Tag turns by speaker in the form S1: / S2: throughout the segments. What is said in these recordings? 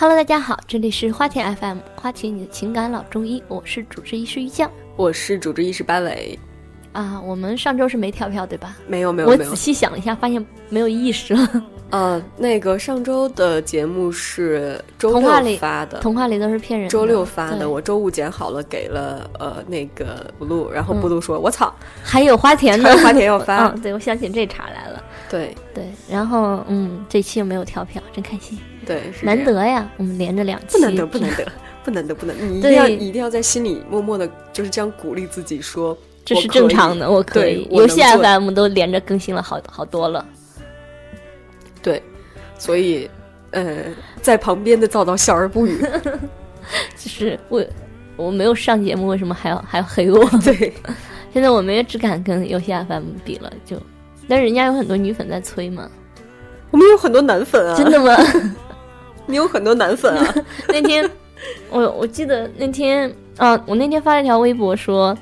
S1: 大家好，这里是花田 FM，花田你的情感老中医，我是主治医师于酱
S2: 我是主治医师班伟，
S1: 啊。我们上周是没跳票对吧？
S2: 没有没有
S1: 我
S2: 没有
S1: 仔，细想了一下，发现没有意识了。
S2: 呃，那个上周的节目是周
S1: 童话里
S2: 六发的，
S1: 童话里都是骗人的。
S2: 周六发
S1: 对
S2: 的，我周五剪好了给了呃那个布鲁，然后
S1: 嗯
S2: 布鲁说：“我操，
S1: 还有花田 呢
S2: 还有，花田要发。
S1: 嗯，对，我想起这茬来了。
S2: 对
S1: 对，然后嗯，这期又没有跳票，真开心，
S2: 对，是这样
S1: 难得呀，我们连着两期，
S2: 不难得，不难得，不难得，不难得，你一定
S1: 对
S2: 要你一定要在心里默默的，就是这样鼓励自己说，
S1: 这
S2: 我
S1: 是
S2: 可
S1: 正
S2: 以
S1: 常的，我可
S2: 对
S1: 以。
S2: 我
S1: 游
S2: 能
S1: 戏
S2: 做
S1: FM 都连着更新了好好多了，
S2: 对，所以呃，在旁边的造到笑而不 语，
S1: 就是我我没有上节目，为什么还要还要黑我？
S2: 对，
S1: 现在我们也只敢跟游戏 FM 比了，就。但人家有很多女粉在催嘛，
S2: 我们有很多男粉啊，
S1: 真， 的吗？
S2: 你有很多男粉啊，
S1: 那天我我记得那天，嗯、我那天发了一条微博说，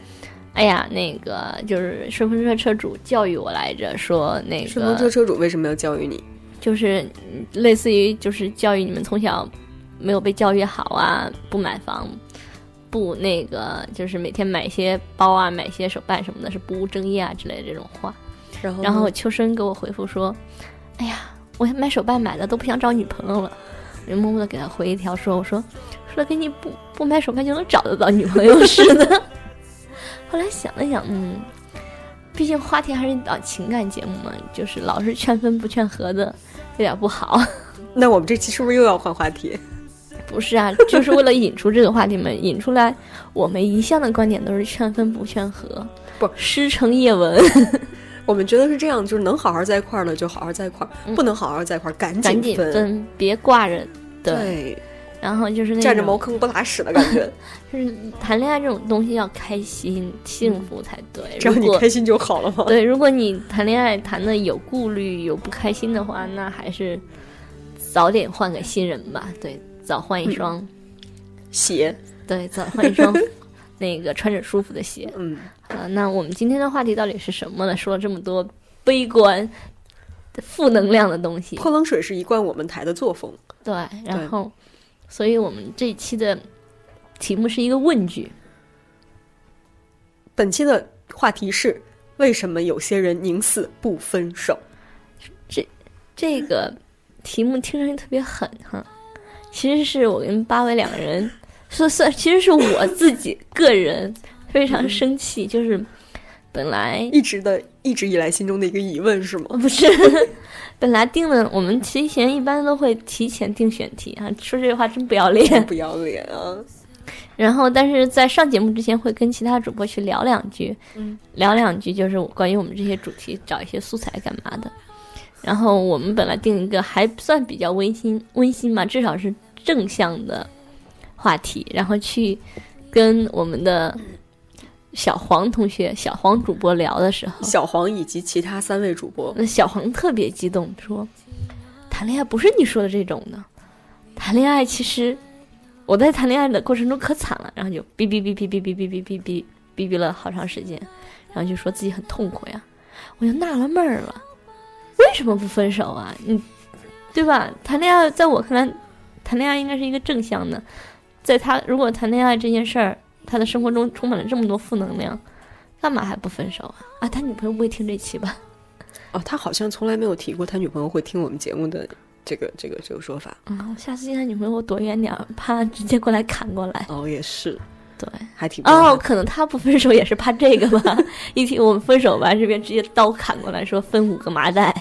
S1: 哎呀，那个就是顺风车车主教育我来着，说那个
S2: 顺风车车主为什么要教育你？
S1: 就是嗯类似于就是教育你们从小没有被教育好啊，不买房，不那个就是每天买一些包啊，买一些手办什么的，是不务正业啊之类的这种话。
S2: 然后
S1: 然后
S2: 呢
S1: 秋生给我回复说：“哎呀，我买手办买的都不想找女朋友了。”我就默默的给他回一条说：“我说，说跟你不不买手办就能找得到女朋友 似的。”后来想了想，嗯，毕竟花田还是一档情感节目嘛，就是老是劝分不劝和的，有点不好。
S2: 那我们这期是不是又要换话题？
S1: 不是啊，就是为了引出这个话题嘛，引出来我们一向的观点都是劝分不劝和，
S2: 不
S1: 师承叶文，
S2: 我们觉得是这样，就是能好好在一块儿的就好好在一块儿，
S1: 嗯
S2: 不能好好在一块儿赶紧
S1: 赶紧
S2: 分。
S1: 分，别挂着。对，
S2: 对，
S1: 然后就是那
S2: 占着
S1: 种
S2: 茅坑不拉屎的感 觉，
S1: 就是谈恋爱这种东西要开心、幸福才对。
S2: 只要
S1: 如
S2: 你
S1: 果
S2: 开心就好了嘛。
S1: 对，如果你谈恋爱谈的有顾虑、有不开心的话，那还是早点换个新人吧。对，早换一双，
S2: 嗯鞋，
S1: 对，早换一 双那个穿着舒服的鞋。
S2: 嗯，
S1: 啊、那我们今天的话题到底是什么呢？说了这么多悲观、负能量的东西，
S2: 泼冷水是一贯我们台的作风。
S1: 对，然后，所以我们这一期的题目是一个问句。
S2: 本期的话题是：为什么有些人宁死不分手？
S1: 这个题目听上去特别狠哈，其实是我跟八尾两个人说算，其实是我自己个人非常生气，就是本来
S2: 一直的，一直以来心中的一个疑 问是吗？
S1: 不是本来定了，我们提前一般都会提前定选题啊，说这话真不要
S2: 真
S1: 脸。
S2: 不要脸啊！
S1: 然后但是在上节目之前会跟其他主播去聊两句，
S2: 嗯
S1: 聊两句就是关于我们这些主题找一些素材干嘛的。然后我们本来定一个还算比较温馨温馨嘛，至少是正向的话题，然后去跟我们的小黄同学、小黄主播聊的时候，
S2: 小黄以及其他三位主播，
S1: 那小黄特别激动说：“谈恋爱不是你说的这种的，谈恋爱其实我在谈恋爱的过程中可惨了。”然后就哔哔哔哔哔哔哔哔哔哔哔哔了好长时间，然后就说自己很痛苦呀。我就纳了闷儿了，为什么不分手啊？你对吧？谈恋爱在我看来，谈恋爱应该是一个正向的，在他如果谈恋爱这件事儿，他的生活中充满了这么多负能量，干嘛还不分手啊？啊，他女朋友不会听这期吧？
S2: 哦，他好像从来没有提过他女朋友会听我们节目的这个这个这个说法。
S1: 嗯，我下次见他女朋友我躲远点儿，怕直接过来砍过来。
S2: 哦，也是，
S1: 对，
S2: 还挺棒的
S1: 哦，可能他不分手也是怕这个 吧。一听我们分手吧，这边直接刀砍过来说分五个麻袋。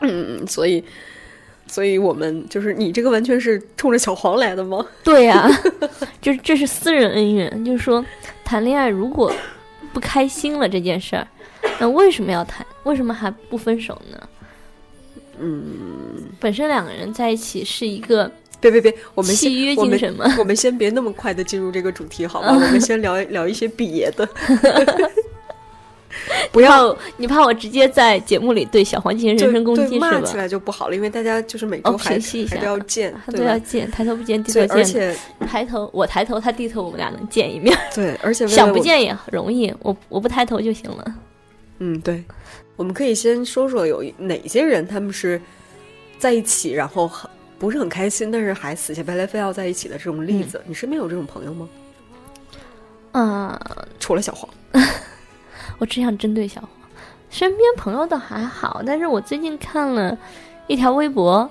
S2: 嗯，所以，所以我们就是你这个完全是冲着小黄来的吗？
S1: 对呀、 就是这是私人恩怨，就是说谈恋爱如果不开心了这件事儿，那为什么要谈？为什么还不分手呢？嗯，本身两个人在一起是一个
S2: 别别别，我们先
S1: 契约
S2: 我
S1: 精
S2: 们
S1: 神嘛，
S2: 我们先别那么快的进入这个主题，好吧？我们先聊聊一些别的。 不
S1: 怕
S2: 要
S1: 我 你怕我直接在节目里对小黄进行
S2: 就
S1: 人身攻
S2: 对
S1: 击
S2: 骂
S1: 是
S2: 起
S1: 吧？
S2: 来就不好了，因为大家就是每
S1: 哦
S2: 周还、
S1: 平息一下
S2: 还都要见，
S1: 他都
S2: 对
S1: 要
S2: 吧？
S1: 见，抬头不见低
S2: 对，
S1: 头
S2: 而
S1: 见。
S2: 且
S1: 抬头我抬头，他低头，我们俩能见一面。
S2: 对，而且为了
S1: 想不
S2: 我，
S1: 见也容易，我我不抬头就行了。
S2: 嗯，对，我们可以先说说有哪些人他们是在一起，然后很不是很开心，但是还死乞白赖非要在一起的这种例子，你身边有这种朋友吗？
S1: 嗯、
S2: 啊除了小黄，
S1: 我只想针对小黄，身边朋友倒还好，但是我最近看了一条微博，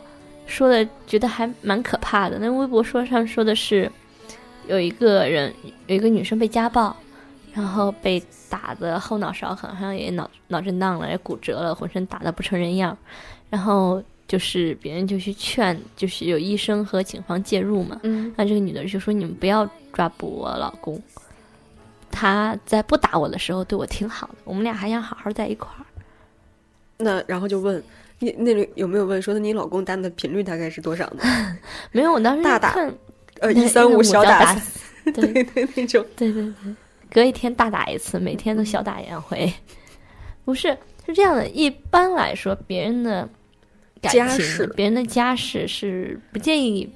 S1: 说的觉得还蛮可怕的。那微博说上说的是，有一个人有一个女生被家暴，然后被打的后脑勺好像也脑脑震荡了，也骨折了，浑身打的不成人样，然后就是别人就去劝，就是有医生和警方介入嘛，
S2: 嗯
S1: 那这个女的就说：“你们不要抓捕我老公，他在不打我的时候对我挺好的，我们俩还想好好在一块儿。
S2: 那然后就问你那里有没有问说，那你老公打你的频率大概是多少 呢？
S1: 没有，我当时
S2: 大打
S1: 看
S2: 呃，
S1: 那
S2: 一三
S1: 那
S2: 五
S1: 我
S2: 小
S1: 叫打
S2: 三，
S1: 死， 对
S2: 对对 那种，
S1: 对对对，隔一天大打一次，每天都小打两回。不是，是这样的，一般来说，别人的感
S2: 家事
S1: 情、别人的家事是不建议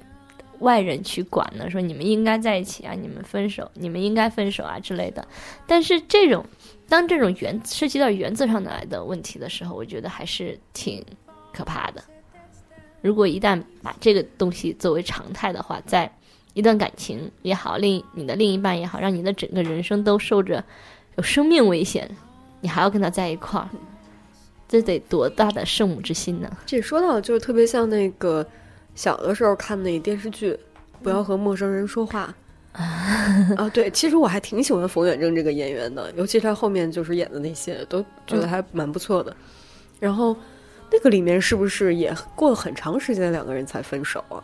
S1: 外人去管的，说你们应该在一起啊，你们分手，你们应该分手啊之类的。但是这种，当这种原涉及到原则上的来的问题的时候，我觉得还是挺可怕的。如果一旦把这个东西作为常态的话，在一段感情也好，另你的另一半也好，让你的整个人生都受着有生命危险，你还要跟他在一块儿，这得多大的圣母之心呢？
S2: 这说到就是特别像那个小的时候看那电视剧，不要和陌生人说话。 啊，对，其实我还挺喜欢冯远征这个演员的，尤其他后面就是演的那些，都觉得还蛮不错的。然后那个里面是不是也过了很长时间，两个人才分手啊？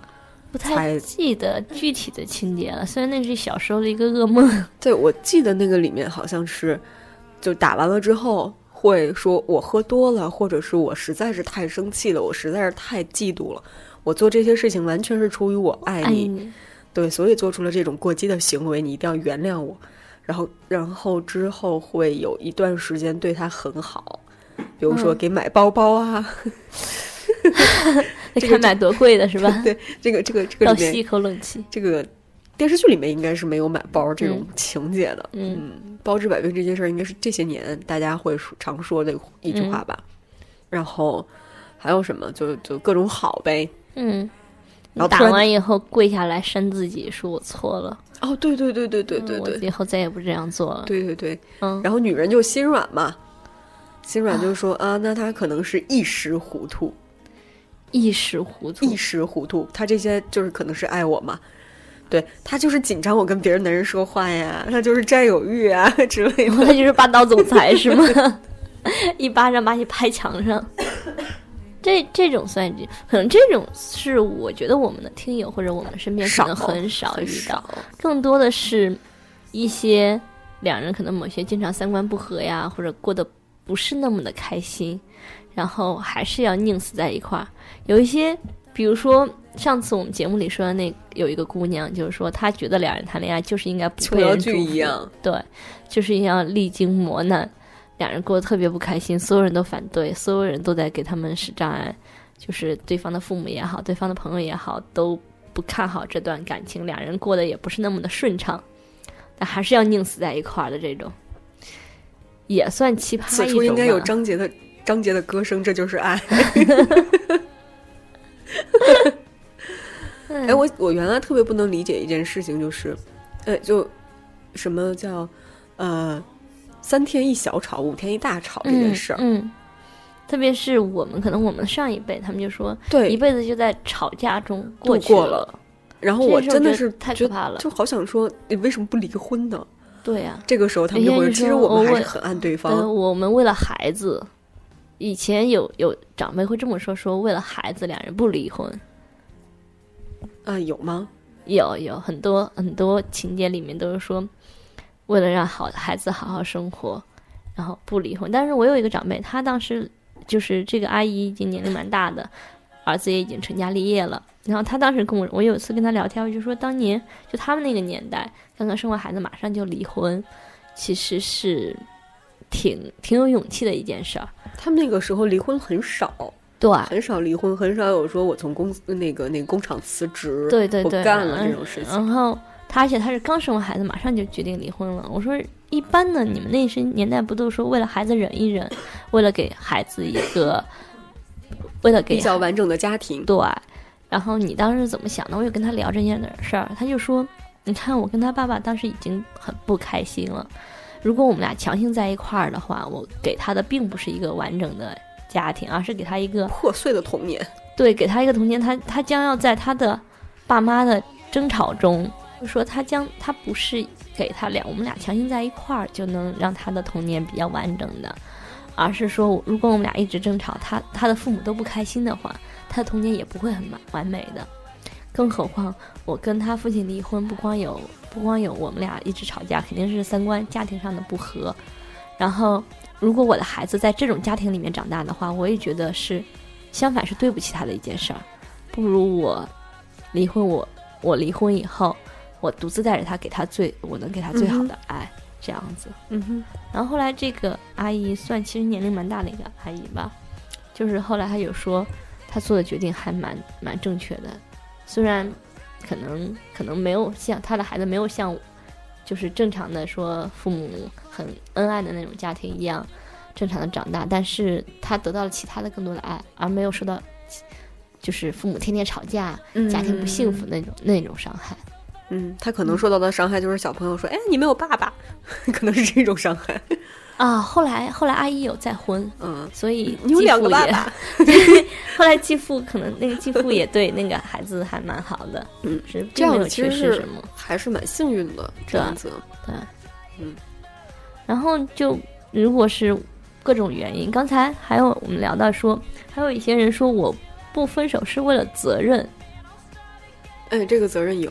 S1: 不太
S2: 才
S1: 记得具体的情节了，虽然那是小时候的一个噩梦。
S2: 对，我记得那个里面好像是，就打完了之后会说我喝多了，或者是我实在是太生气了，我实在是太嫉妒了，我做这些事情完全是出于我爱
S1: 爱
S2: 你，
S1: 你，
S2: 对，所以做出了这种过激的行为，你一定要原谅我。然后，然后之后会有一段时间对他很好，比如说
S1: 嗯
S2: 给买包包啊，
S1: 那
S2: 这个
S1: 看买多贵的是吧？
S2: 对，这个这个这个
S1: 倒
S2: 里
S1: 吸
S2: 面
S1: 一口冷气。
S2: 这个电视剧里面应该是没有买包这种
S1: 嗯
S2: 情节的。
S1: 嗯
S2: 包治百病这件事儿，应该是这些年大家会说常说的一句话吧。然后还有什么，就就各种好呗。
S1: 嗯，
S2: 然后突
S1: 打
S2: 然
S1: 完以后跪下来扇自己，说我错了，
S2: 哦，对对对对对对
S1: 嗯
S2: 对
S1: 我以后再也不这样做了。
S2: 对对对。
S1: 嗯，
S2: 然后女人就心软嘛，心软就说啊，那她可能是一时糊涂，
S1: 一时糊涂
S2: 一，时糊涂，她这些就是可能是爱我嘛。对她就是紧张，我跟别人男人说话呀，她就是占有欲啊 之 类的。
S1: 他就是霸道总裁是吗？ 一巴掌把你拍墙上，这这种算计，可能这种是我觉得我们的听友或者我们身边可能
S2: 少
S1: 很少
S2: 很
S1: 遇到
S2: 少，，
S1: 更多的是一些两人可能某些经常三观不合呀，或者过得不是那么的开心，然后还是要宁死在一块儿。有一些，比如说上次我们节目里说的那有一个姑娘，就是说她觉得两人谈恋爱就是应该不
S2: 琼
S1: 被
S2: 瑶
S1: 人
S2: 剧
S1: 祝
S2: 一
S1: 福
S2: 样，
S1: 对，就是要历经磨难，两人过得特别不开心，所有人都反对，所有人都在给他们使障碍，就是对方的父母也好，对方的朋友也好，都不看好这段感情，两人过得也不是那么的顺畅，但还是要宁死在一块儿的这种，也算奇葩
S2: 此
S1: 一
S2: 处
S1: 种
S2: 应该有
S1: 吧
S2: 张杰的张杰的歌声，这就 是爱。哎，我我原来特别不能理解一件事情，就是，呃，就什么叫呃三天一小吵，五天一大吵这件事儿、
S1: 嗯。嗯特别是我们，可能我们上一辈，他们就说一
S2: 对。
S1: 辈子就在吵架中
S2: 度
S1: 去
S2: 过了然后我
S1: 这件事
S2: 真的
S1: 我觉
S2: 是
S1: 得太
S2: 觉
S1: 可怕了
S2: 就好想说你为什么不离婚呢？
S1: 对呀、
S2: 这个时候他们就
S1: 人家
S2: 会，
S1: 就
S2: 其实
S1: 说
S2: 我
S1: 哦
S2: 们还
S1: 我
S2: 是很爱对
S1: 呃，
S2: 方。
S1: 我们为了孩子，以前有有长辈会这么说，说为了孩子两人不离婚，
S2: 啊，有吗？
S1: 有有很多很多情节里面都是说，为了让好孩子好好生活，然后不离婚。但是我有一个长辈，她当时就是这个阿姨已经年龄蛮大的，儿子也已经成家立业了。然后她当时跟我，我有一次跟她聊天，我就说当年就他们那个年代，刚刚生完孩子马上就离婚，其实是挺挺有勇气的一件事儿。
S2: 他们那个时候离婚很少，
S1: 对，
S2: 很少离婚，很少有说我从公那个那个工厂辞职，
S1: 对对
S2: 不
S1: 对，
S2: 干了
S1: 嗯
S2: 这种事情。
S1: 然后他而且他是刚生完孩子，马上就决定离婚了。我说一般的你们那些年代不都说为了孩子忍一忍，嗯为了给孩子一个，为了给
S2: 比较完整的家庭，
S1: 对，然后你当时怎么想的？我有跟他聊这件的事儿，他就说，你看我跟他爸爸当时已经很不开心了，如果我们俩强行在一块儿的话，我给他的并不是一个完整的家庭，而是给他一个
S2: 破碎的童年，
S1: 对，给他一个童年，他他将要在他的爸妈的争吵中，就说他将他不是给他俩我们俩强行在一块儿就能让他的童年比较完整的，而是说我如果我们俩一直争吵，他他的父母都不开心的话，他的童年也不会很完完美的。更何况我跟他父亲离婚，不光有不光有我们俩一直吵架，肯定是三观家庭上的不和。然后如果我的孩子在这种家庭里面长大的话，我也觉得是相反是对不起他的一件事儿，不如我离婚我，我离婚以后，我独自带着他，给他最我能给他最好的爱，这样子。
S2: 嗯哼，
S1: 然后后来这个阿姨算其实年龄蛮大的一个阿姨吧，就是后来她有说，她做的决定还蛮蛮正确的，虽然可能可能没有像她的孩子没有像就是正常的说父母很恩爱的那种家庭一样正常的长大，但是她得到了其他的更多的爱，而没有受到就是父母天天吵架、家庭不幸福那种、那种伤害。
S2: 嗯，他可能受到的伤害就是小朋友
S1: 嗯
S2: 说：“哎，你没有爸 爸。”可能是这种伤害。
S1: 啊，后来后来阿姨有再婚，
S2: 嗯，
S1: 所以
S2: 你有
S1: 继
S2: 两
S1: 父
S2: 个爸
S1: 也
S2: 爸，
S1: 后来继父可能那个继父也对那个孩子还蛮好的，
S2: 嗯，
S1: 是
S2: 这
S1: 并没
S2: 样
S1: 有
S2: 其
S1: 缺
S2: 实
S1: 失
S2: 是
S1: 什么，
S2: 还是蛮幸运的。这
S1: 对啊
S2: 样子，
S1: 对，
S2: 嗯。
S1: 然后就如果是各种原因，刚才还有我们聊到说，还有一些人说我不分手是为了责任，
S2: 哎，这个责任有，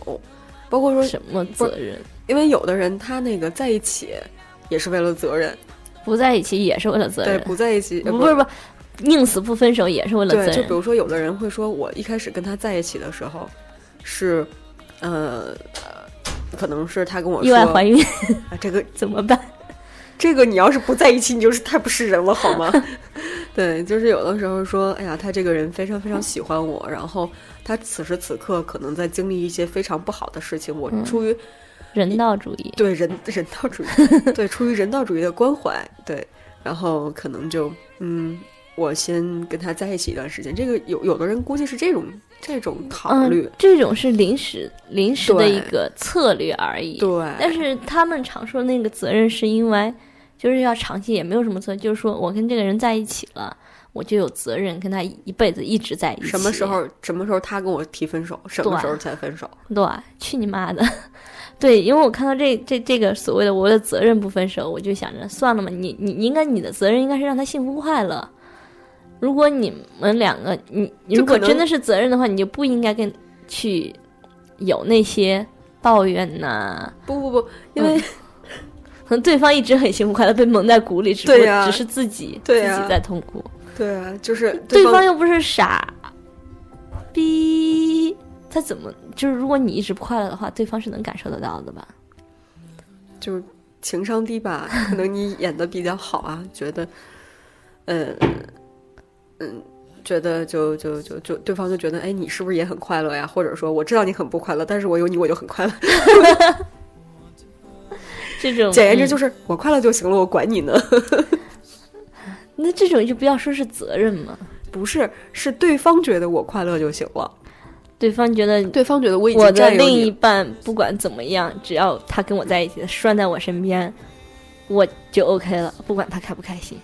S2: 包括说，
S1: 什么责任？
S2: 因为有的人他那个在一起也是为了责任，
S1: 不在一起也是为了责
S2: 对，
S1: 任，
S2: 不在一起，呃
S1: 不不是不，宁死不分手也是为了责
S2: 对，就比
S1: 任。
S2: 如说，有的人会说，我一开始跟他在一起的时候是，呃，可能是他跟我说，
S1: 意外怀孕
S2: 啊这个
S1: 怎么办？
S2: 这个你要是不在一起，你就是太不是人了，好吗？ 对，就是有的时候说，哎呀，他这个人非常非常喜欢我，然后他此时此刻可能在经历一些非常不好的事情，我
S1: 嗯
S2: 出于、
S1: 人道主义，
S2: 对人 人道主义，对出于人道主义的关怀，对，然后可能就嗯，我先跟他在一起一段时间。这个有有的人估计是这种这种考虑
S1: 嗯，，这种是临时临时的
S2: 对
S1: 一个策略而已。
S2: 对，
S1: 但是他们常说那个责任，是因为就是要长期也没有什么责任，就是说我跟这个人在一起了，我就有责任跟他一辈子一直在一起。
S2: 什么时？候什么时候他跟我提分手，什么
S1: 对
S2: 时候才分手？
S1: 对，去你妈的！ 对，因为我看到这这这个所谓的我的责任不分手，我就想着算了嘛，你你应该你的责任应该是让他幸福快乐。如果你们两个，你你
S2: 就
S1: 如果
S2: 可能
S1: 真的是责任的话，你就不应该跟去有那些抱怨呐、
S2: 不不不，因 为、
S1: 嗯可能对方一直很幸福快乐，被蒙在鼓里，只不
S2: 对
S1: 过
S2: 呀
S1: 只是自己、
S2: 对呀
S1: 自己在痛苦。
S2: 对啊，就是
S1: 对
S2: 方
S1: 方又不是傻逼，他怎么就是如果你一直不快乐的话，对方是能感受得到的吧？
S2: 就是情商低吧， 可能你演的比较好啊，觉得，嗯嗯，觉得就就就就对方就觉得，哎，你是不是也很快乐呀？或者说，我知道你很不快乐，但是我有你我就很快乐。
S1: 这种
S2: 简言之，
S1: 嗯
S2: 就是我快乐就行了，我管你呢。
S1: 嗯那这种就不要说是责任嘛，
S2: 不是，是对方觉得我快乐就行了，
S1: 对方觉得
S2: 对方觉得我已
S1: 我
S2: 经
S1: 的
S2: 占有
S1: 另一
S2: 你了。
S1: 半不管怎么样，只要他跟我在一起，拴在我身边，我就 OK 了，不管他开不开心，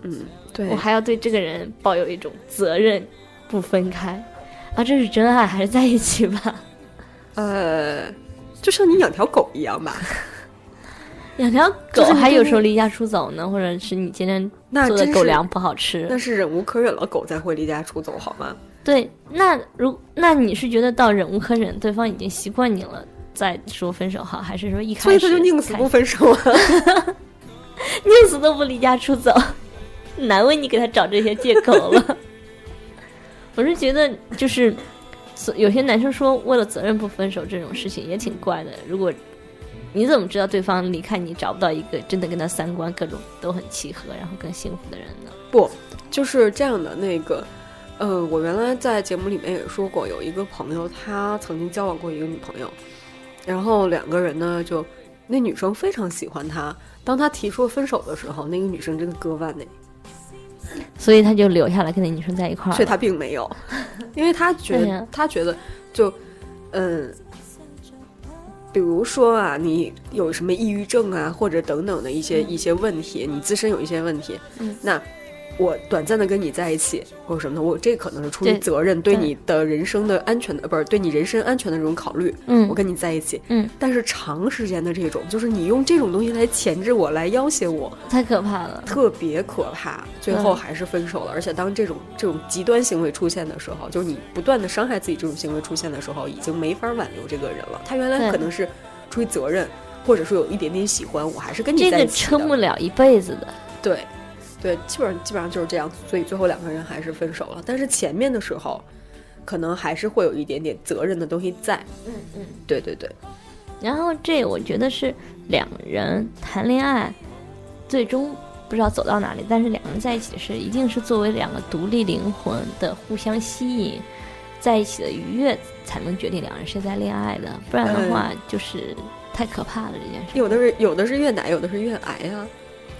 S2: 嗯，对
S1: 我，还要对这个人抱有一种责任，不分开。啊，这是真爱还是在一起吧？
S2: 呃，就像你养条狗一样 吧。
S1: 养条狗
S2: 就是你
S1: 还
S2: 真
S1: 有
S2: 的
S1: 时候离家出走呢，或者是你今天
S2: 那
S1: 做
S2: 真
S1: 的
S2: 是
S1: 狗粮不好吃。
S2: 那是忍无可忍了，狗才会离家出走，好吗？
S1: 对，那如那你是觉得到忍无可忍，对方已经习惯你了，再说分手好，还是说一开始
S2: 所以他就宁死
S1: 开
S2: 不分手啊。
S1: 宁死都不离家出走？ 难为你给他找这些借口了。 我是觉得就是所有些男生说为了责任不分手这种事情也挺怪的。如果你怎么知道对方离开你找不到一个真的跟他三观各种都很契合，然后更幸福的人呢？
S2: 就是这样的那个，呃，我原来在节目里面也说过，有一个朋友，他曾经交往过一个女朋友，然后两个人呢就，那女生非常喜欢他，当他提出分手的时候，那个女生真的割腕呢，
S1: 所以他就留下来跟那女生在一块儿
S2: 所以
S1: 了。
S2: 他并没有，因为他觉
S1: 对
S2: 得
S1: 呀
S2: 他觉得就嗯，比如说啊，你有什么抑郁症啊，或者等等的一些、一些问题，你自身有一些问题，
S1: 嗯
S2: 那。我短暂的跟你在一起，或者什么的，我这可能是出于
S1: 对
S2: 责任，对
S1: 对
S2: 你的人生的安全的，呃不是对你人身安全的这种考虑，
S1: 嗯
S2: 我跟你在一起，
S1: 嗯，
S2: 但是长时间的这种，就是你用这种东西来钳制我，来要挟我，
S1: 太可怕了。
S2: 特别可怕，
S1: 嗯
S2: 最后还是分手了。而且当这种这种极端行为出现的时候，就是你不断的伤害自己这种行为出现的时候，已经没法挽留这个人了。他原来
S1: 对
S2: 可能是出于责任，或者说有一点点喜欢，我还是跟你
S1: 这
S2: 在
S1: 个
S2: 一起的。
S1: 撑不了一辈子的，
S2: 对，对，基本上基本上就是这样，所以最后两个人还是分手了。但是前面的时候，可能还是会有一点点责任的东西在。
S1: 嗯嗯。
S2: 对对对，
S1: 然后这我觉得是两人谈恋爱，最终不知道走到哪里，但是两个人在一起是一定是作为两个独立灵魂的互相吸引，在一起的愉悦才能决定两人是在恋爱的，不然的话就是太可怕了这件事。
S2: 嗯有的是有的是越奶，有的是越啊癌呀、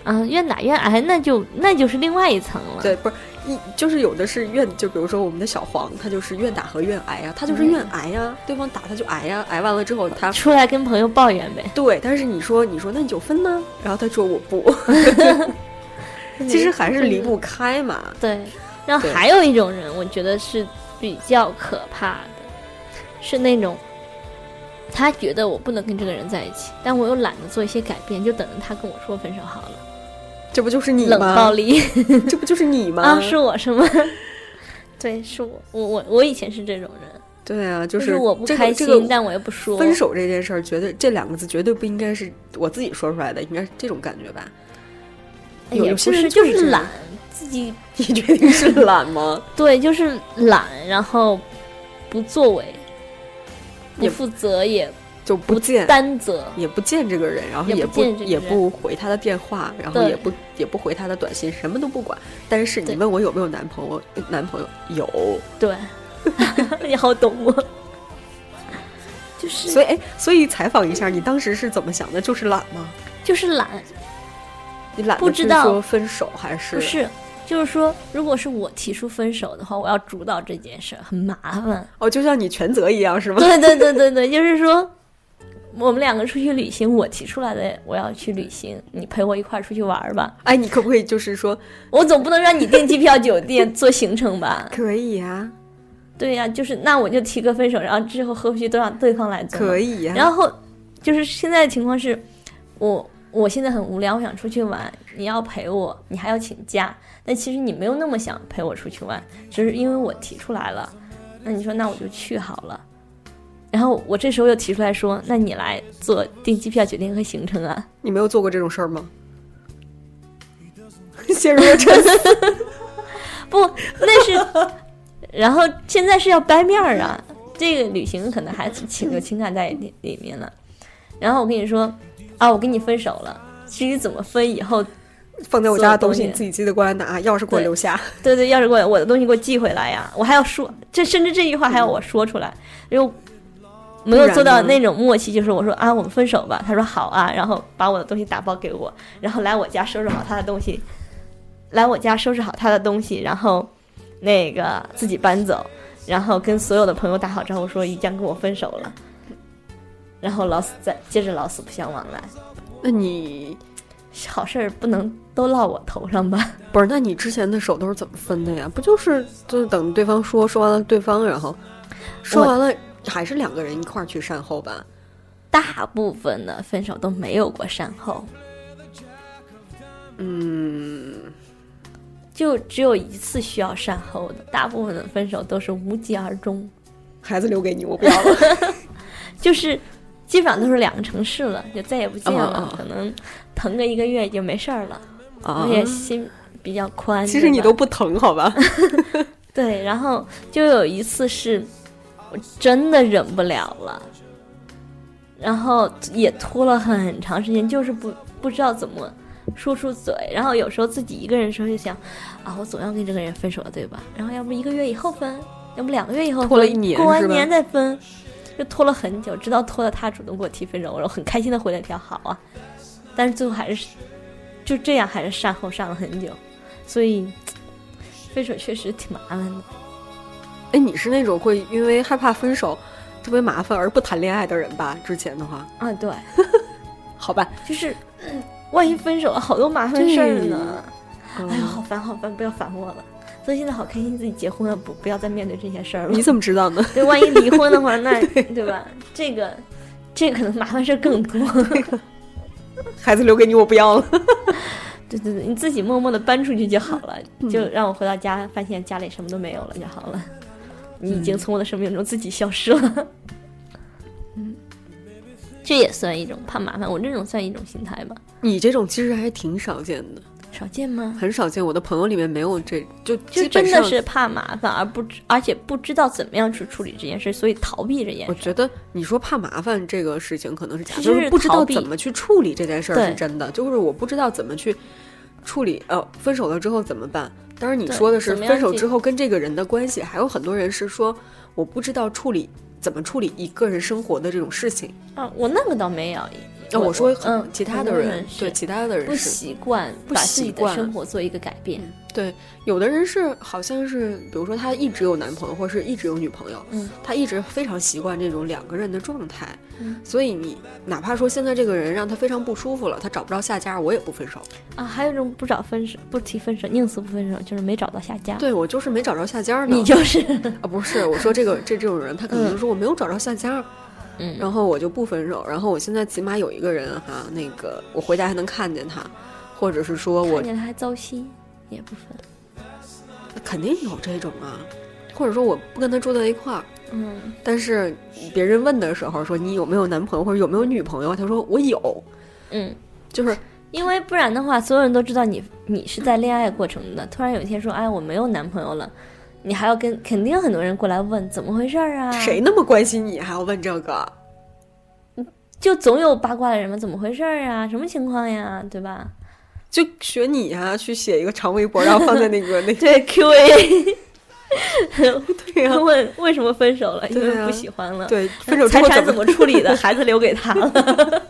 S1: 嗯，愿打愿挨，那就那就是另外一层了。
S2: 对，不是一就是有的是愿，就比如说我们的小黄，他就是愿打和愿挨呀、他就是
S1: 嗯
S2: 愿挨呀、对方打他就挨呀、啊挨完了之后他
S1: 出来跟朋友抱怨呗。
S2: 对，但是你说你说那你就分呢，然后他说我不，
S1: 嗯
S2: 其实还是离不开嘛。
S1: 对，然后
S2: 对
S1: 还有一种人，我觉得是比较可怕的，是那种他觉得我不能跟这个人在一起，但我又懒得做一些改变，就等着他跟我说分手好了。
S2: 这不就是你
S1: 冷暴
S2: 吗？
S1: 力
S2: 这不就是你吗？
S1: 啊，是我是吗？对，是我，我我我以前是这种人，
S2: 对啊，就
S1: 就是我不
S2: 这个
S1: 开心，
S2: 这个
S1: 但我又不说。
S2: 分手这件事儿，绝对这两个字绝对不应该是我自己说出来的，应该是这种感觉吧？
S1: 哎
S2: 有
S1: 也
S2: 有
S1: 不
S2: 些人
S1: 是，
S2: 就
S1: 就
S2: 是这
S1: 是
S2: 样
S1: 懒，自己
S2: 你觉得是懒吗？
S1: 对，就是懒，然后不作为，不
S2: 也
S1: 负责也
S2: 就不见
S1: 担责。
S2: 也不见这个人，然后
S1: 也不
S2: 不
S1: 见这个
S2: 也
S1: 人
S2: 不回他的电话，然后
S1: 对
S2: 也不也不回他的短信，什么都不管。但是你
S1: 对
S2: 问我有没有男朋友，呃男朋友有，
S1: 对，你好懂我，就是
S2: 所以哎，所以采访一下，你当时是怎么想的？就是懒吗？
S1: 就是懒，
S2: 你懒得
S1: 不知
S2: 是
S1: 道
S2: 说分手还是
S1: 不是，就是说，如果是我提出分手的话，我要主导这件事，很麻 烦。
S2: 哦，就像你全责一样是吗？
S1: 对对对对对，就是说，我们两个出去旅行，我提出来的，我要去旅行，你陪我一块儿出去玩儿吧。
S2: 哎，你可不可以就是说
S1: 我总不能让你订机票、酒店、做行程 吧？
S2: 可以啊呀、
S1: 对呀、就是那我就提个分手，然后之后后续都让对方来做嘛。
S2: 可以啊呀、
S1: 然后就是现在的情况是，我我现在很无聊，我想出去玩，你要陪我，你还要请假。但其实你没有那么想陪我出去玩，只是因为我提出来了。那你说那我就去好了。然后我这时候又提出来说，那你来做订机票、酒店和行程啊。
S2: 你没有做过这种事 儿吗？陷入了沉思。
S1: 不，那是，然后现在是要掰面儿啊。这个旅行可能还情有情感在里里面了。然后我跟你说，啊，我跟你分手了。至于怎么分，以后
S2: 放在我家的东
S1: 所
S2: 西
S1: 有东西
S2: 你自己记得过来拿，钥匙给我
S1: 对
S2: 留下。
S1: 对对，钥匙给我，我的东西给我寄回来呀！我还要说，这甚至这句话还要我说出来，又没有做到那种默契，就是我说啊，我们分手吧，他说好啊，然后把我的东西打包给我，然后来我家收拾好他的东西，来我家收拾好他的东西，然后那个自己搬走，然后跟所有的朋友打好招呼说已将跟我分手了，然后老死再接着老死不相往来，
S2: 那你
S1: 好事儿不能都落我头上吧？
S2: 不是，那你之前的手都是怎么分的呀？不就是就是等对方说，说完了对方，然后说
S1: 我
S2: 完了还是两个人一块儿去善后吧？
S1: 大部分的分手都没有过善后，
S2: 嗯，
S1: 就只有一次需要善后的，大部分的分手都是无疾而终，
S2: 孩子留给你，我不要了。
S1: 就是基本上都是两个城市了，就再也不见了，
S2: 哦哦哦
S1: 可能疼个一个月也就没事儿了，
S2: 啊
S1: 而且心比较宽。
S2: 其实你
S1: 对吧
S2: 都不疼，好吧？
S1: 对，然后就有一次是我真的忍不了了，然后也拖了很长时间，就是不不知道怎么说出嘴。然后有时候自己一个人的时候就想，啊，我总要跟这个人分手了，对吧？然后要不一个月以后分，要不两个月以后分，
S2: 拖了一年
S1: 过
S2: 是
S1: 完
S2: 吧
S1: 年再分，就拖了很久，直到拖到他主动给我提分手，我很开心的回了一条好啊，但是最后还是就这样还是善后上了很久，所以分手确实挺麻烦的。
S2: 哎，你是那种会因为害怕分手特别麻烦而不谈恋爱的人吧？之前的话，
S1: 啊，对，
S2: 好吧，
S1: 就是万一分手了，好多麻烦事儿呢。
S2: 嗯
S1: 哎呦，好烦，好烦，不要烦我了。所以现在好开心自己结婚了，不不要再面对这些事儿了。
S2: 你怎么知道呢？
S1: 对，万一离婚的话，那对吧？这个，这可能麻烦事儿更多。
S2: 孩子留给你，我不要了。
S1: 对对对，你自己默默的搬出去就好了，就让我回到家发现家里什么都没有了就好了。你已经从我的生命中自己消失了。嗯，这也算一种怕麻烦，我这种算一种心态吧，
S2: 你这种其实还挺少见的，
S1: 少见吗？
S2: 很少见。我的朋友里面没有这，就
S1: 就
S2: 基
S1: 真
S2: 本
S1: 的
S2: 上，
S1: 是怕麻烦，而不知而且不知道怎么样去处理这件事，所以逃避这件
S2: 我
S1: 事。
S2: 觉得你说怕麻烦这个事情，可能是假，
S1: 其实
S2: 就是不知
S1: 逃
S2: 道
S1: 避
S2: 怎么去处理这件事儿
S1: 对
S2: 是真的，就是我不知道怎么去处理。呃，分手了之后怎么办？当然你
S1: 对
S2: 说的是
S1: 怎么样
S2: 分手
S1: 去
S2: 之后跟这个人的关系，还有很多人是说我不知道处理怎么处理一个人生活的这种事情。
S1: 啊，我那个倒没有。
S2: 那哦我说很、
S1: 嗯，
S2: 其他
S1: 很
S2: 的
S1: 多
S2: 人，
S1: 是
S2: 对其他的
S1: 不
S2: 人是
S1: 习惯
S2: 不
S1: 把自己
S2: 习
S1: 的
S2: 惯嗯
S1: 生活做一个改变。
S2: 对，有的人是好像是，比如说他一直有男朋友，或是一直有女朋友，
S1: 嗯，
S2: 他一直非常习惯这种两个人的状态，
S1: 嗯
S2: 所以你哪怕说现在这个人让他非常不舒服了，他找不着下家，我也不分手。
S1: 啊，还有一种不找分手、不提分手、宁死不分手，就是没找到下家。
S2: 对我就是没找着下家呢，
S1: 你就是，
S2: 啊不是，我说 这个这这种人，他可能就说我没有找着下家，
S1: 嗯，
S2: 然后我就不分手，然后我现在起码有一个人哈、那个我回家还能看见他，或者是说我
S1: 看见他还糟心，也不分。
S2: 肯定有这种啊，或者说我不跟他住在一块儿。
S1: 嗯，
S2: 但是别人问的时候说你有没有男朋友或者有没有女朋友，他说我有，
S1: 嗯，
S2: 就是
S1: 因为不然的话，所有人都知道你你是在恋爱过程的。突然有一天说，哎，我没有男朋友了，你还要跟，肯定很多人过来问怎么回事儿啊？
S2: 谁？那么关心你还要问这个？
S1: 就总有八卦的人嘛，怎么回事儿啊？什么情况呀？对吧？
S2: 就学你呀、去写一个长微博，然后放在那个那
S1: 对 Q A，
S2: 对 呀、
S1: 问为什么分手了？因
S2: 对
S1: 为
S2: 啊
S1: 不喜欢了。
S2: 对，分手之
S1: 财
S2: 后
S1: 产
S2: 怎
S1: 怎么处理 的？孩子留给他了。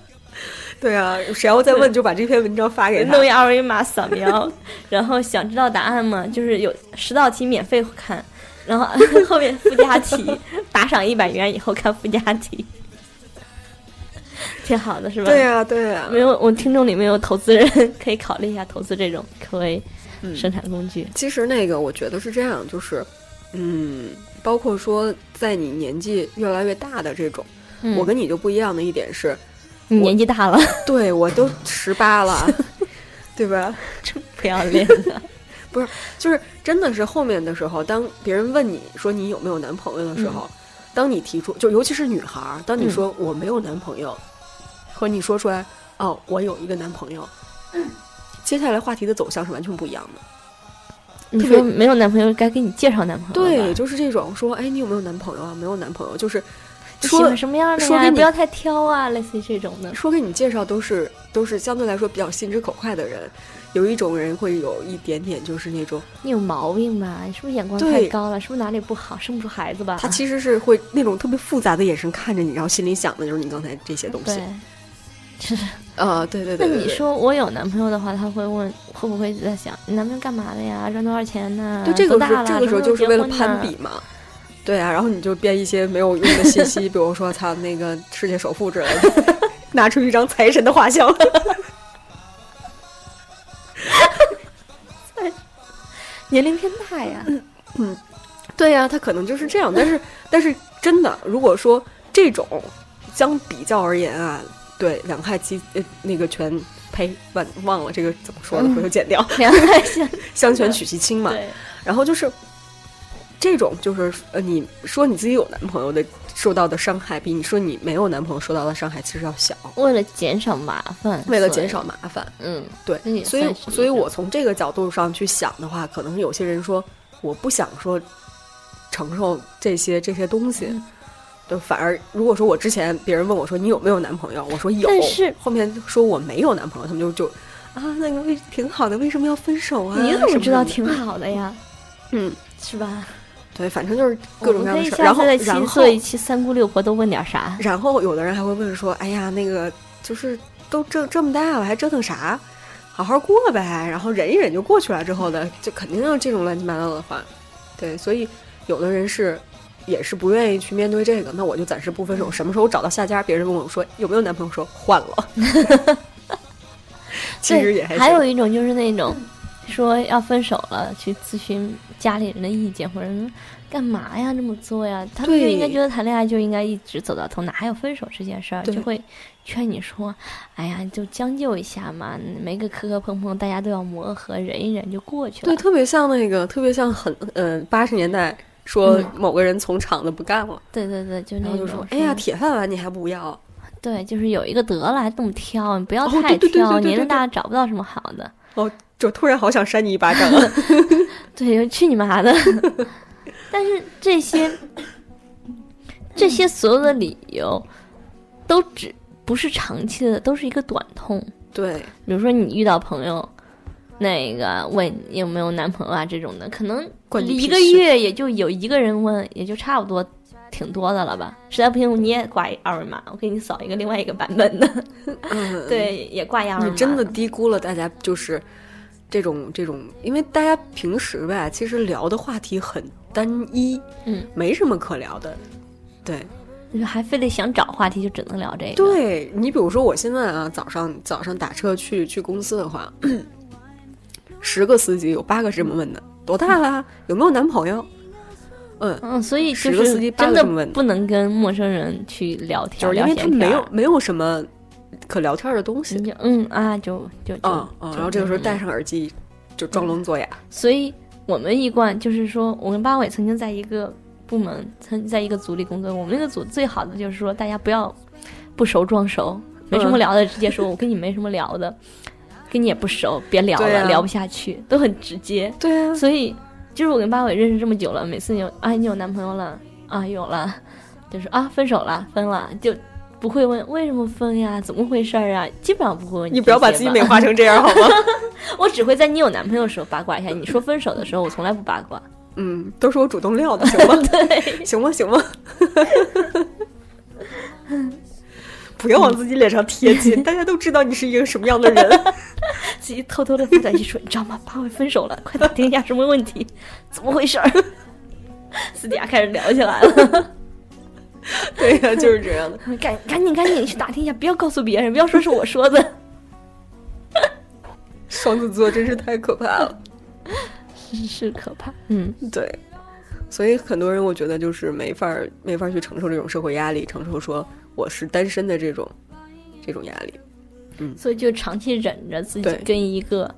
S2: 对啊，谁要再问就把这篇文章发给他
S1: 弄。一二维码扫描，然后想知道答案吗？就是有十道题免费看，然后 后面附加 题，打赏一百元以后看附加题， 挺好的是吧？
S2: 对、啊呀、对呀、
S1: 没有我听众里面有投资人， 可以考虑一下投资这种 QA 生产工具。
S2: 嗯其实那个我觉得是这样，就是嗯，包括说在你年纪越来越大的这种，
S1: 嗯
S2: 我跟你就不一样的一点是，
S1: 你
S2: 我
S1: 年纪 大了，
S2: 对我都十八 了，对吧？
S1: 真不要脸的。
S2: 就是真的是后面的时候，当别人问你说你有没有男朋友的时候，当你提出，就尤其是女孩儿，当你说我没有男朋友，和你说出来哦，我有一个男朋友，接下来话题的走向是完全不一样的。
S1: 你
S2: 特别
S1: 说没有男朋友，该给你介绍男朋友了
S2: 对，
S1: 吧。
S2: 就是这种说，哎，你有没有男朋友啊？没有男朋友，就是
S1: 你喜欢
S2: 说
S1: 什么样的
S2: 说
S1: 呀？
S2: 给你
S1: 不要太挑啊，类似于这种的。
S2: 说给你介绍都是都是相对来说比较心直口快的人。有一种人会有一点点，就是那种
S1: 你有毛病吧？你是不是眼光
S2: 对
S1: 太高了？是不是哪里不好？生不出孩子吧？
S2: 他其实是会那种特别复杂的眼神看着你，然后心里想的就是你刚才这些东西。
S1: 对，是。
S2: 啊，对对
S1: 那
S2: 对。对
S1: 你
S2: 对
S1: 说我有男朋友的话，他会问会不会在想你男朋友干嘛的呀？赚多少钱呢？
S2: 对，这
S1: 多
S2: 个
S1: 大
S2: 时候
S1: 了
S2: 这个时候
S1: 什么
S2: 就
S1: 时
S2: 是
S1: 候
S2: 为了
S1: 结婚呢
S2: 攀比嘛。对啊，然后你就编一些没有用的信息，比如说 他那个世界首富之类的， 拿出一张财神的画像。
S1: 年龄偏大呀。
S2: 嗯对呀、他可能就是这样，但是但是真的，如果说这种相比较而言啊，对两害其呃那个全呸，忘忘了这个怎么说了，回头剪掉，
S1: 两个像
S2: 相权取其轻嘛。
S1: 嗯对，
S2: 然后就是这种，就是呃，你说你自己有男朋友的受到的伤害，比你说你没有男朋友受到的伤害其实要小。
S1: 为了减少麻烦，
S2: 为了
S1: 所以
S2: 减少，麻烦，
S1: 嗯，
S2: 对
S1: 那也，
S2: 所以
S1: 算是一
S2: 所以
S1: 种
S2: 我从这个角度上去想的话，可能有些人说我不想说承受这些这些东西。
S1: 嗯
S2: 就反而，如果说我之前别人问我说你有没有男朋友，我说有
S1: 但是，
S2: 后面说我没有男朋友，他们就就啊，那你为挺好的，为什么要分手啊？
S1: 你
S2: 什
S1: 怎么
S2: 什
S1: 知道挺好的呀？
S2: 嗯，
S1: 是吧？
S2: 对，反正就是各种各
S1: 我
S2: 样
S1: 们可以
S2: 的事儿。
S1: 下
S2: 然后
S1: 次再
S2: 然
S1: 期
S2: 后
S1: 做一期三姑六婆都问点啥？
S2: 然后有的人还会问说：“哎呀，那个就是都这这么大了，还折腾啥？”好好过呗，然后忍一忍就过去了。之后的就肯定有这种乱七八糟的话，对，所以有的人是也是不愿意去面对这个。那我就暂时不分手，什么时候找到下家，别人跟我说有没有男朋友说，换了。 其实也
S1: 对，
S2: 还
S1: 还
S2: 行
S1: 有一种就是那种说要分手了，去咨询家里人的意见，或者说干嘛呀这么做呀？他们就
S2: 对
S1: 应该觉得谈恋爱就应该一直走到头，哪还有分手这件事儿？
S2: 对
S1: 就会劝你说：“哎呀，就将就一下嘛，没个磕磕碰碰，大家都要磨合，忍一忍就过去了。
S2: 对，”特别像那个，特别像很呃八十年代说
S1: 嗯
S2: 某个人从厂子不干了，
S1: 对对对，就
S2: 然
S1: 那
S2: 后就
S1: 种嗯
S2: 说
S1: 说：“
S2: 哎呀，铁饭碗你还不要？
S1: 对，就是有一个得了，还这么挑，你不要
S2: 哦
S1: 太挑，
S2: 对对对对对对
S1: 年龄
S2: 对
S1: 大了找不到什么好的。”
S2: 就突然好想扇你一巴掌啊。
S1: 对，去你妈的！ 但是这些这些所有的理由，都只不是长期的，都是一个短痛。
S2: 对，
S1: 比如说你遇到朋友，那个问你有没有男朋友啊这种的，可能
S2: 关你屁
S1: 一个
S2: 事
S1: 月也就有一个人问，也就差不多挺多的了吧。实在不行你也挂一二维码，我给你扫一个另外一个版本的，
S2: 嗯，
S1: 对，啊也挂一二维码。
S2: 你真的低估了大家就是这种这种，因为大家平时吧，其实聊的话题很单一，
S1: 嗯，
S2: 没什么可聊的。对，
S1: 就是还非得想找话题，就只能聊这个。
S2: 对你比如说我现在啊，早上早上打车去去公司的话，十个司机有八个是这么问的：多大啦？有没有男朋友？嗯，
S1: 嗯，所以就
S2: 十个司机
S1: 是
S2: 八
S1: 真
S2: 个这么
S1: 的
S2: 问
S1: 不能跟陌生人去聊天，
S2: 就是因为
S1: 聊
S2: 他
S1: 闲天啊
S2: 没有
S1: 儿
S2: 没有什么可聊天的东西
S1: 你。就嗯啊，就就就
S2: 嗯嗯，
S1: 就
S2: 然后这个时候
S1: 嗯
S2: 戴上耳机就装聋作哑。
S1: 所以我们一贯就是说，我跟八尾曾经在一个部门，曾在一个组里工作。我们那个组最好的就是说，大家不要不熟装熟，没什么
S2: 嗯
S1: 聊的直接说，我跟你没什么聊的，跟你也不熟，别聊
S2: 对
S1: 了，
S2: 啊
S1: 聊不下去，都很直接。
S2: 对啊，
S1: 所以就是我跟八尾认识这么久了，每次有啊你有男朋友了啊有了，就是啊分手了分了就。不会问为什么分呀？怎么回事儿啊？基本上不会问这些吧。
S2: 你不要把自己美化成这样好吗？
S1: 我只会在你有男朋友的时候八卦一下。你说分手的时候，我从来不八卦。
S2: 嗯，都是我主动撂的，行吗？对，行吗？行吗？ 不要往自己脸上贴金，大家都知道你是一个什么样的人。
S1: 自己偷偷的发短信说：“ 你知道吗？八尾分手了，快打听一下什么问题，怎么回事儿？” 私底下开始聊起来了，
S2: 对呀、就是这样的。
S1: 赶赶紧赶紧去打听一下，不要告诉别人，不要说是我说的。
S2: 双子座真是太可怕了。
S1: 真是可怕。嗯，
S2: 对，所以很多人我觉得就是没法儿没法儿去承受这种社会压力，承受说我是单身的这种这种压力。
S1: 所以就长期忍着自己
S2: 对
S1: 跟一个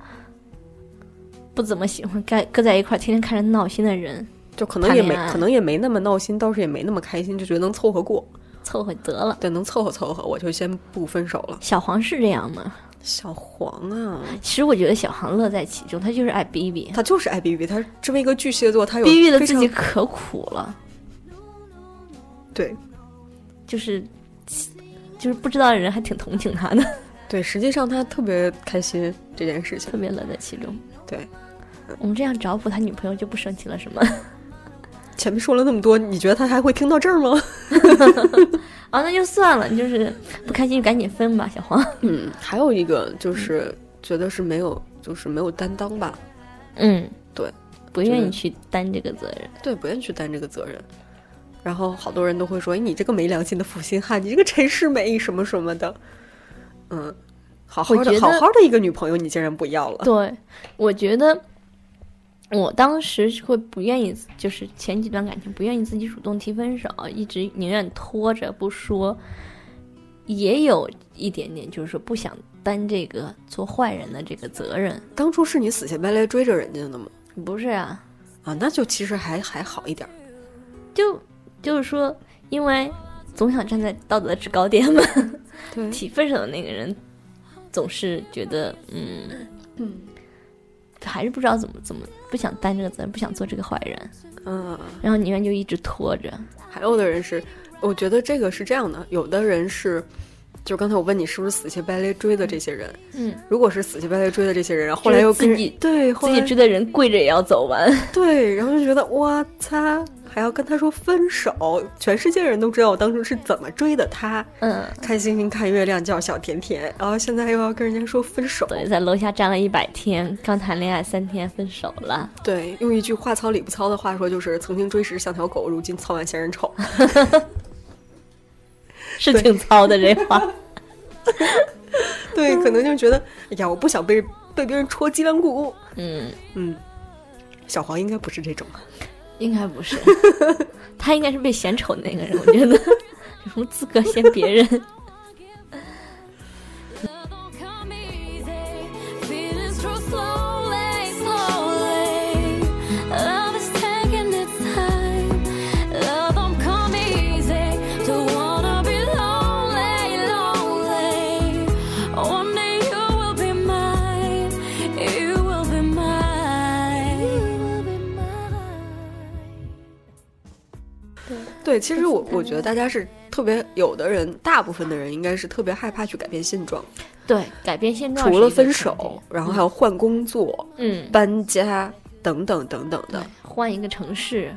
S1: 不怎么喜欢干搁在一块儿，天天看着闹心的人
S2: 就可能也没
S1: 谈恋爱
S2: 可能也没那么闹心，倒是也没那么开心，就觉得能凑合过，
S1: 凑合得了。
S2: 对，能凑合凑合，我就先不分手了。
S1: 小黄是这样吗？
S2: 小黄啊，
S1: 其实我觉得小黄乐在其中，他就是爱逼逼，
S2: 他就是爱逼逼，他这么一个巨蟹座，他有
S1: 逼逼的
S2: 哎非
S1: 自
S2: 常
S1: 己可苦了，
S2: 对
S1: 就是就是不知道的人还挺同情他的。
S2: 对，实际上他特别开心这件事情
S1: 特，别乐在其中。
S2: 对，
S1: 我们这样找补他女朋友就不生气了，是吗？
S2: 前面说了那么多，你觉得他还会听到这儿吗？
S1: 啊，那就算了，你就是不开心就赶紧分吧，小黄。
S2: 嗯，还有一个就是觉得是没有，就是没有担当吧，
S1: 嗯，
S2: 对，
S1: 不
S2: 就
S1: 愿
S2: 是
S1: 意去担这个责任。
S2: 对，不愿意去担这个责任。然后好多人都会说，哎，你这个没良心的负心汉，你这个陈世美什么什么的，嗯，好好
S1: 我觉得
S2: 的好好的一个女朋友，你竟然不要 了，
S1: 对，我觉得我当时是会不愿意，就是前几段感情不愿意自己主动提分手，一直宁愿拖着不说，也有一点点就是说不想担这个做坏人的这个责任。
S2: 当初是你死乞白赖追着人家的吗？
S1: 不是啊，
S2: 啊，那就其实还还好一点儿。
S1: 就就是说，因为总想站在道德制高点嘛，
S2: 对
S1: 提分手的那个人总是觉得，嗯
S2: 嗯，
S1: 还是不知道怎么怎么，不想担这个责任，不想做这个坏人，
S2: 嗯，
S1: 然后宁愿就一直拖着。
S2: 还有的人是，我觉得这个是这样的，有的人是，就刚才我问你是不是死乞白赖追的这些人，
S1: 嗯，
S2: 如果是死乞白赖追的这些人，然后后来又
S1: 就是
S2: 跟
S1: 自
S2: 人
S1: 己
S2: 对后
S1: 自己
S2: 来
S1: 追的人跪着也要走完，
S2: 对，然后就觉得哇擦，还要跟他说分手，全世界人都知道我当初是怎么追的他，
S1: 嗯，
S2: 看星星看月亮叫小甜甜，然后现在又要跟人家说分手，
S1: 对，在楼下站了一百天，刚谈恋爱三天分手了，
S2: 对，用一句话糙理不糙的话说，就是曾经追时像条狗，如今操完嫌人 丑。
S1: 是挺糙的这话。
S2: 对，可能就觉得，哎呀，我不想被被别人戳脊梁骨。
S1: 嗯，
S2: 嗯，小黄应该不是这种啊。
S1: 应该不是， 他应该是被嫌丑那个人，我 觉得有什么资格嫌别人？
S3: Love don't come easy. Feelings grow slowly, slowly. Love is taking its time. Love don't come easy. To wanna be lonely, lonely. One day you will be mine. You will be mine. You will be mine.
S2: 对，其实我我觉得大家是特别，有的人，大部分的人应该是特别害怕去改变现状，
S1: 对，改变现状
S2: 除
S1: 是
S2: 了
S1: 一个
S2: 分
S1: 肯定
S2: 手，然后还有换工作、
S1: 嗯，
S2: 搬家等等等等
S1: 对
S2: 的。，
S1: 换一个城市，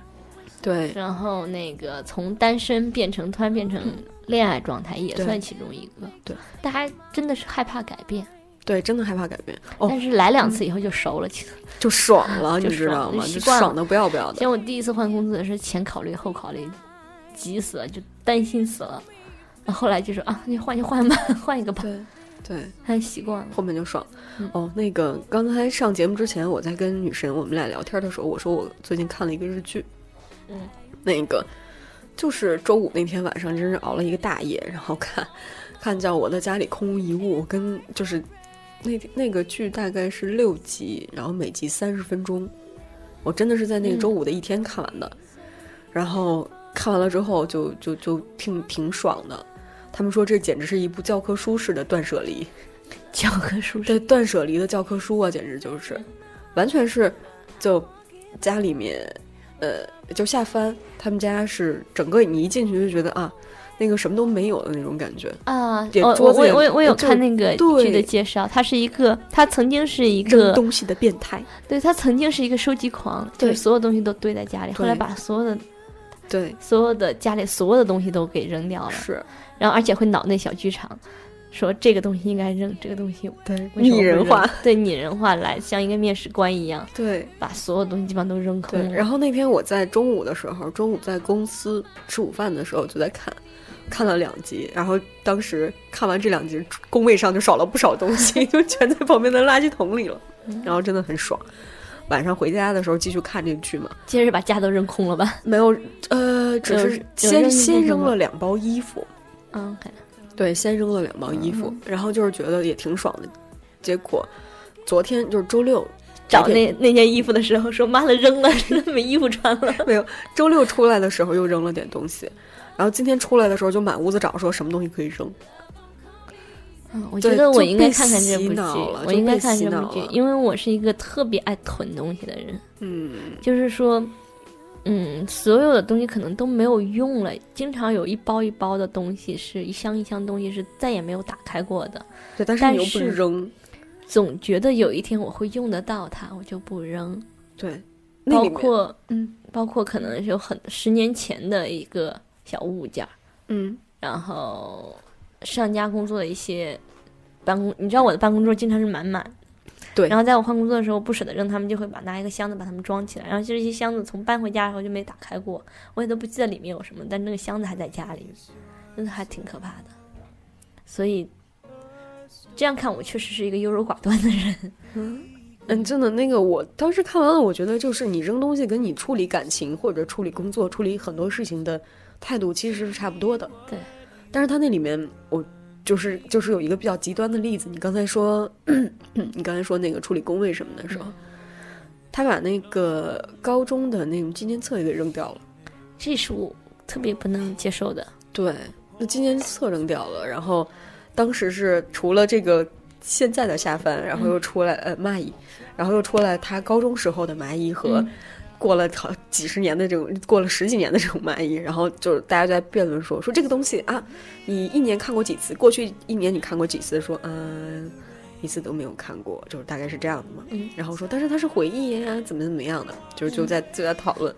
S2: 对
S1: 然后那个从单身变成突然变成恋爱状态，也
S2: 对
S1: 算其中一个。
S2: 对，
S1: 大家真的是害怕改变，
S2: 对，真的害怕改变，哦
S1: 但是来两次以后就熟了。其实，
S2: 就爽了，
S1: 哎就
S2: 你知
S1: 爽
S2: 道
S1: 就
S2: 吗？
S1: 习
S2: 就
S1: 惯了
S2: 爽的不要不要的。
S1: 像我第一次换工作是前考虑后考虑，急死了，就担心死了。然后后来就说啊，那换就换吧， 换一个吧，
S2: 对对，
S1: 很习惯了。
S2: 后面就爽
S1: 嗯。
S2: 哦，那个刚才上节目之前，我在跟女神我们俩聊天的时候，我说我最近看了一个日剧，
S1: 嗯，
S2: 那个就是周五那天晚上，真是熬了一个大夜，然后看看叫我的家里空无一物，跟就是那那个剧大概是六集，然后每集三十分钟，我真的是在
S1: 嗯
S2: 那个周五的一天看完的，然后看完了之后就就就挺挺爽的。他们说这简直是一部教科书式的断舍离，
S1: 教科书上
S2: 对断舍离的教科书啊，简直就是，完全是就家里面，呃，就下翻他们家是整个你一进去就觉得啊，那个什么都没有的那种感觉。
S1: 啊，
S2: 也
S1: 我我
S2: 桌子也
S1: 我我有我有
S2: 就
S1: 看那个
S2: 对
S1: 剧的介绍，他是一个，他曾经是一
S2: 扔
S1: 个
S2: 东西的变态，
S1: 对他曾经是一个收集狂，就
S2: 对
S1: 是所有东西都堆在家里，后来
S2: 对
S1: 把所有的
S2: 对，
S1: 所有的家里所有的东西都给扔掉了，
S2: 是
S1: 然后而且会脑内小剧场，说这个东西应该扔，这个东西
S2: 对
S1: 为什么
S2: 拟
S1: 会
S2: 人
S1: 扔
S2: 化，，
S1: 对拟人化来像一个面试官一样，
S2: 对
S1: 把所有东西基本上都扔空
S2: 对。
S1: 了。
S2: 然后那天我在中午的时候，中午在公司吃午饭的时候就在看。看了两集，然后当时看完这两集，工位上就少了不少东 西，就全在旁边的垃圾桶里了。
S1: 嗯
S2: 然后真的很爽。晚上回家的时候继续看这个剧嘛，
S1: 接着把家都扔空了吧？
S2: 没有，呃，只
S1: 有有
S2: 是
S1: 扔
S2: 先
S1: 进
S2: 先
S1: 去
S2: 扔
S1: 吗
S2: 了两包衣服，
S1: 嗯，OK，
S2: 对，先扔了两包衣服，然后就是觉得也挺爽的。结果昨天就是周六，
S1: 找
S2: 白
S1: 那那件衣服的时候说妈的扔了， 没衣服穿了。
S2: 没有，周六出来的时候又扔了点东西，然后今天出来的时候就满屋子找说什么东西可以扔。
S1: 嗯，我
S2: 对
S1: 觉得我
S2: 就
S1: 应该
S2: 被
S1: 看看这
S2: 洗
S1: 部剧
S2: 脑了，
S1: 我
S2: 就
S1: 应该
S2: 被
S1: 看
S2: 洗
S1: 这部
S2: 脑
S1: 剧
S2: 了，
S1: 因为我是一个特别爱囤东西的人。
S2: 嗯，
S1: 就是说，嗯，所有的东西可能都没有用了，经常有一包一包的东西是一箱一箱东西是再也没有打开过的，
S2: 对，但是
S1: 但
S2: 你又不
S1: 是
S2: 扔，
S1: 总觉得有一天我会用得到它，我就不扔。
S2: 对，那
S1: 包
S2: 里面
S1: 括
S2: 嗯
S1: 包括可能有很十年前的一个小物件儿，
S2: 嗯
S1: 然后上家工作的一些办公，你知道我的办公桌经常是满满的。
S2: 对
S1: 然后在我换工作的时候，不舍得扔他们，就会把拿一个箱子把它们装起来。然后这些箱子从搬回家的时候就没打开过，我也都不记得里面有什么，但那个箱子还在家里，真的还挺可怕的。所以这样看，我确实是一个优柔寡断的人。
S2: 嗯，真的，那个我当时看完了，我觉得就是你扔东西跟你处理感情或者处理工作、处理很多事情的态度其实是差不多的。
S1: 对，
S2: 但是它那里面我就是就是有一个比较极端的例子，你刚才说， 你刚才说那个处理工位什么的时候，
S1: 嗯
S2: 他把那个高中的那种纪念册也给扔掉了。
S1: 这是我特别不能接受的。
S2: 对，那纪念册扔掉了，然后当时是除了这个现在的下饭，然后又出来、呃蚂蚁，然后又出来他高中时候的麻衣和
S1: 嗯
S2: 过了好几十年的这种，过了十几年的这种蚂蚁，然后就是大家就在辩论说说这个东西啊，你一年看过几次？过去一年你看过几次？说嗯。一次都没有看过，就是大概是这样的嘛。
S1: 嗯
S2: 然后说，但是它是回忆呀、怎么怎么样的，就是就在就在讨论，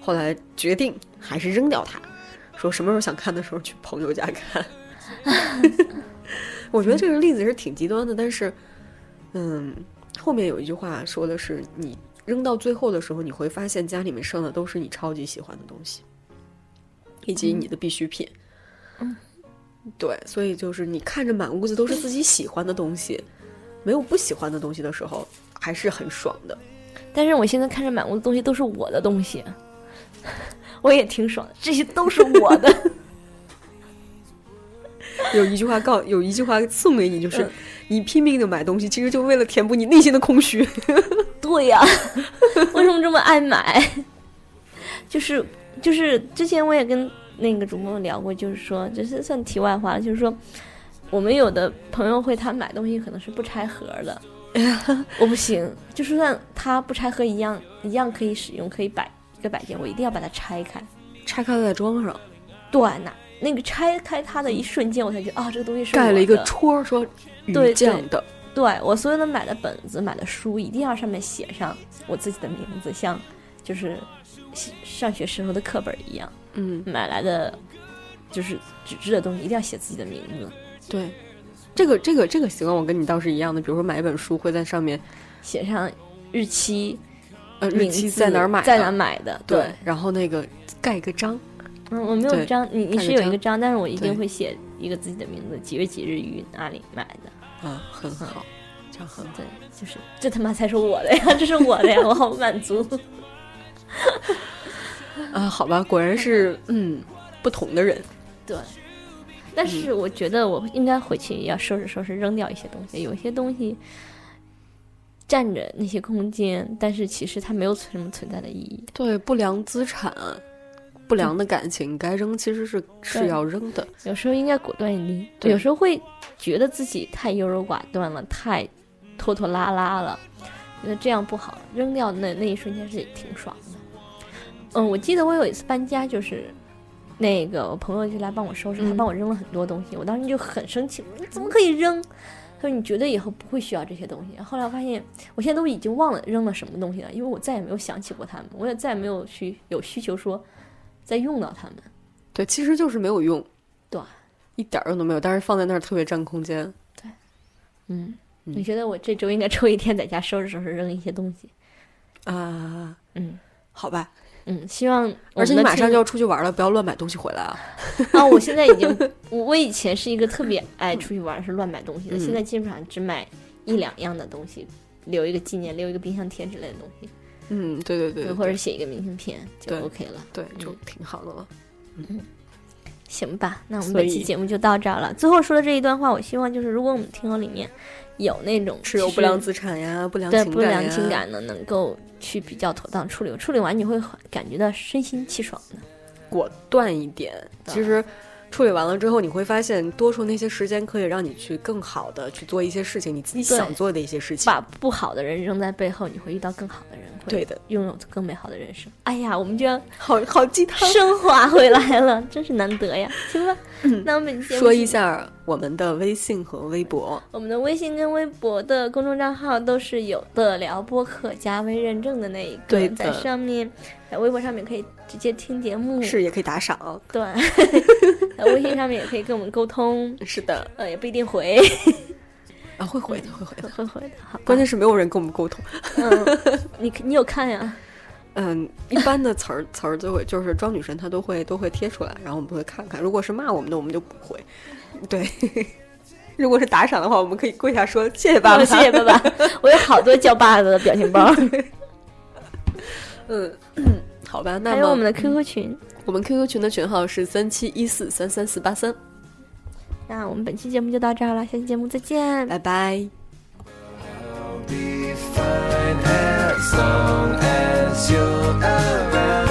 S2: 后来决定还是扔掉它，说什么时候想看的时候去朋友家看。我觉得这个例子是挺极端的，但是，嗯，后面有一句话说的是，你扔到最后的时候，你会发现家里面剩的都是你超级喜欢的东西，以及你的必需品。嗯对，所以就是你看着满屋子都是自己喜欢的东西，没有不喜欢的东西的时候，还是很爽的。
S1: 但是我现在看着满屋的东西都是我的东西， 我也挺爽的，这些都是我的。
S2: 有一句话告，有一句话送给你，就是、
S1: 嗯
S2: 你拼命的买东西，其实就为了填补你内心的空虚。
S1: 对呀、为什么这么爱买？就是就是之前我也跟那个主播聊过，就是说，这是算题外话了，就是说，我们有的朋友会他买东西可能是不拆盒儿 的，我不行，就是算他不拆盒一样一样可以使用，可以摆一个摆件，我一定要把它拆开。
S2: 拆开了再装上，
S1: 对，那那个拆开它的一瞬间，我才觉得啊，这个东西是
S2: 盖了一
S1: 我
S2: 个
S1: 的
S2: 戳，说鱼
S1: 对
S2: 酱的。
S1: 对我所有的买的本子、买的书，一定要上面写上我自己的名字，像就是上学时候的课本一样，
S2: 嗯，
S1: 买来的就是纸质的东西，一定要写自己的名字，
S2: 对，这个这个这个习惯我跟你倒是一样的。比如说买一本书，会在上面
S1: 写上日期、
S2: 呃日
S1: 名
S2: 期
S1: 字
S2: 在哪儿买的，
S1: 在哪儿买的。
S2: 对，然后那个盖一个章。
S1: 嗯，我没有
S2: 对
S1: 章，你你
S2: 盖
S1: 是
S2: 个
S1: 有一个章，但是我一定
S2: 对
S1: 会写一个自己的名字，几月几日于哪里买的。
S2: 啊，很好，这样很好。
S1: 对，就是这他妈才是我的呀，这是我的呀，我好满足。
S2: 啊，好吧，果然是嗯不同的人。
S1: 对，但是我觉得我应该回去也要收拾收拾，扔掉一些东西。有一些东西占着那些空间，但是其实它没有存什么存在的意义。
S2: 对，不良资产、不良的感情，该扔其实是是
S1: 对
S2: 要扔的。
S1: 有时候应该果断一离，
S2: 对
S1: 有时候会觉得自己太优柔寡断了，太拖拖拉拉了，觉得这样不好。扔掉那那一瞬间是挺爽的。嗯，我记得我有一次搬家，就是那个我朋友就来帮我收拾，他
S2: 嗯
S1: 帮我扔了很多东西，我当时就很生气，你怎么可以扔？他说你绝对以后不会需要这些东西。后来我发现，我现在都已经忘了扔了什么东西了，因为我再也没有想起过他们，我也再也没有需有需求说再用到他们。
S2: 对，其实就是没有用，
S1: 对，
S2: 一点儿用都没有，但是放在那儿特别占空间。
S1: 嗯，
S2: 嗯
S1: 你觉得我这周应该抽一天在家收拾收拾，扔一些东西？
S2: 啊，
S1: 嗯
S2: 好吧，
S1: 嗯，希望我
S2: 而且
S1: 们的
S2: 你马
S1: 听
S2: 上就要出去玩了，不要乱买东西回来啊！
S1: 啊！我现在已经，我我以前是一个特别爱出去玩儿是乱买东西的，
S2: 嗯
S1: 现在基本上只买一两样的东西，留一个纪念，留一个冰箱贴之类的东西，
S2: 嗯，对对对，对
S1: 或者写一个明信片就
S2: 对
S1: OK 了。
S2: 对，嗯就挺好的了。
S1: 行吧，那我们
S2: 所
S1: 本期
S2: 以
S1: 节目就到这儿了。最后说的这一段话，我希望就是，如果我们听友里面有那种
S2: 持有
S1: 其实
S2: 不良资产呀，不良
S1: 对
S2: 情
S1: 不良
S2: 呀
S1: 情感呢，能够去比较妥当处理，处理完你会感觉到身心气爽的。
S2: 果断一点。
S1: 对
S2: 其实处理完了之后，你会发现多出那些时间可以让你去更好的去做一些事情，你自己
S1: 对
S2: 想做的一些事情。
S1: 把不好的人扔在背后，你会遇到更好的人，会
S2: 对的，
S1: 拥有更美好的人生。哎呀，我们居然
S2: 好好鸡汤。
S1: 升华回来了， 真是难得呀！行吧，那我们本期节目
S2: 嗯
S1: 就
S2: 说一，下我们的微信和微博，
S1: 我们的微信跟微博的公众账号都是有的聊播客加微认证的那一个
S2: 对，的
S1: 在上面，在微博上面可以直接听节目，
S2: 是也可以打赏。哦
S1: 对，在微信上面也可以跟我们沟通，
S2: 是的，
S1: 呃，也不一定回，
S2: 啊，会
S1: 嗯
S2: 回的，会回的。
S1: 会回的，好吧，
S2: 关键是没有人跟我们沟通。
S1: 嗯，你你有看呀？
S2: 嗯，一般的词儿词儿就会就是装女神，她都会都会贴出来，然后我们会看看。如果是骂我们的，我们就不回。对， 如果是打赏的话，我们可以跪下说谢谢爸爸，
S1: 谢谢爸爸，我有好多叫爸爸的表情包。
S2: 嗯，好吧，那
S1: 还
S2: 么嗯
S1: 有我们的 QQ 群。
S2: 我们 QQ 群的群号是三七一四三三四八三，
S1: 那我们本期节目就到这儿了，下期节目再见，
S2: 拜拜。
S4: I'll be fine as long as you're around.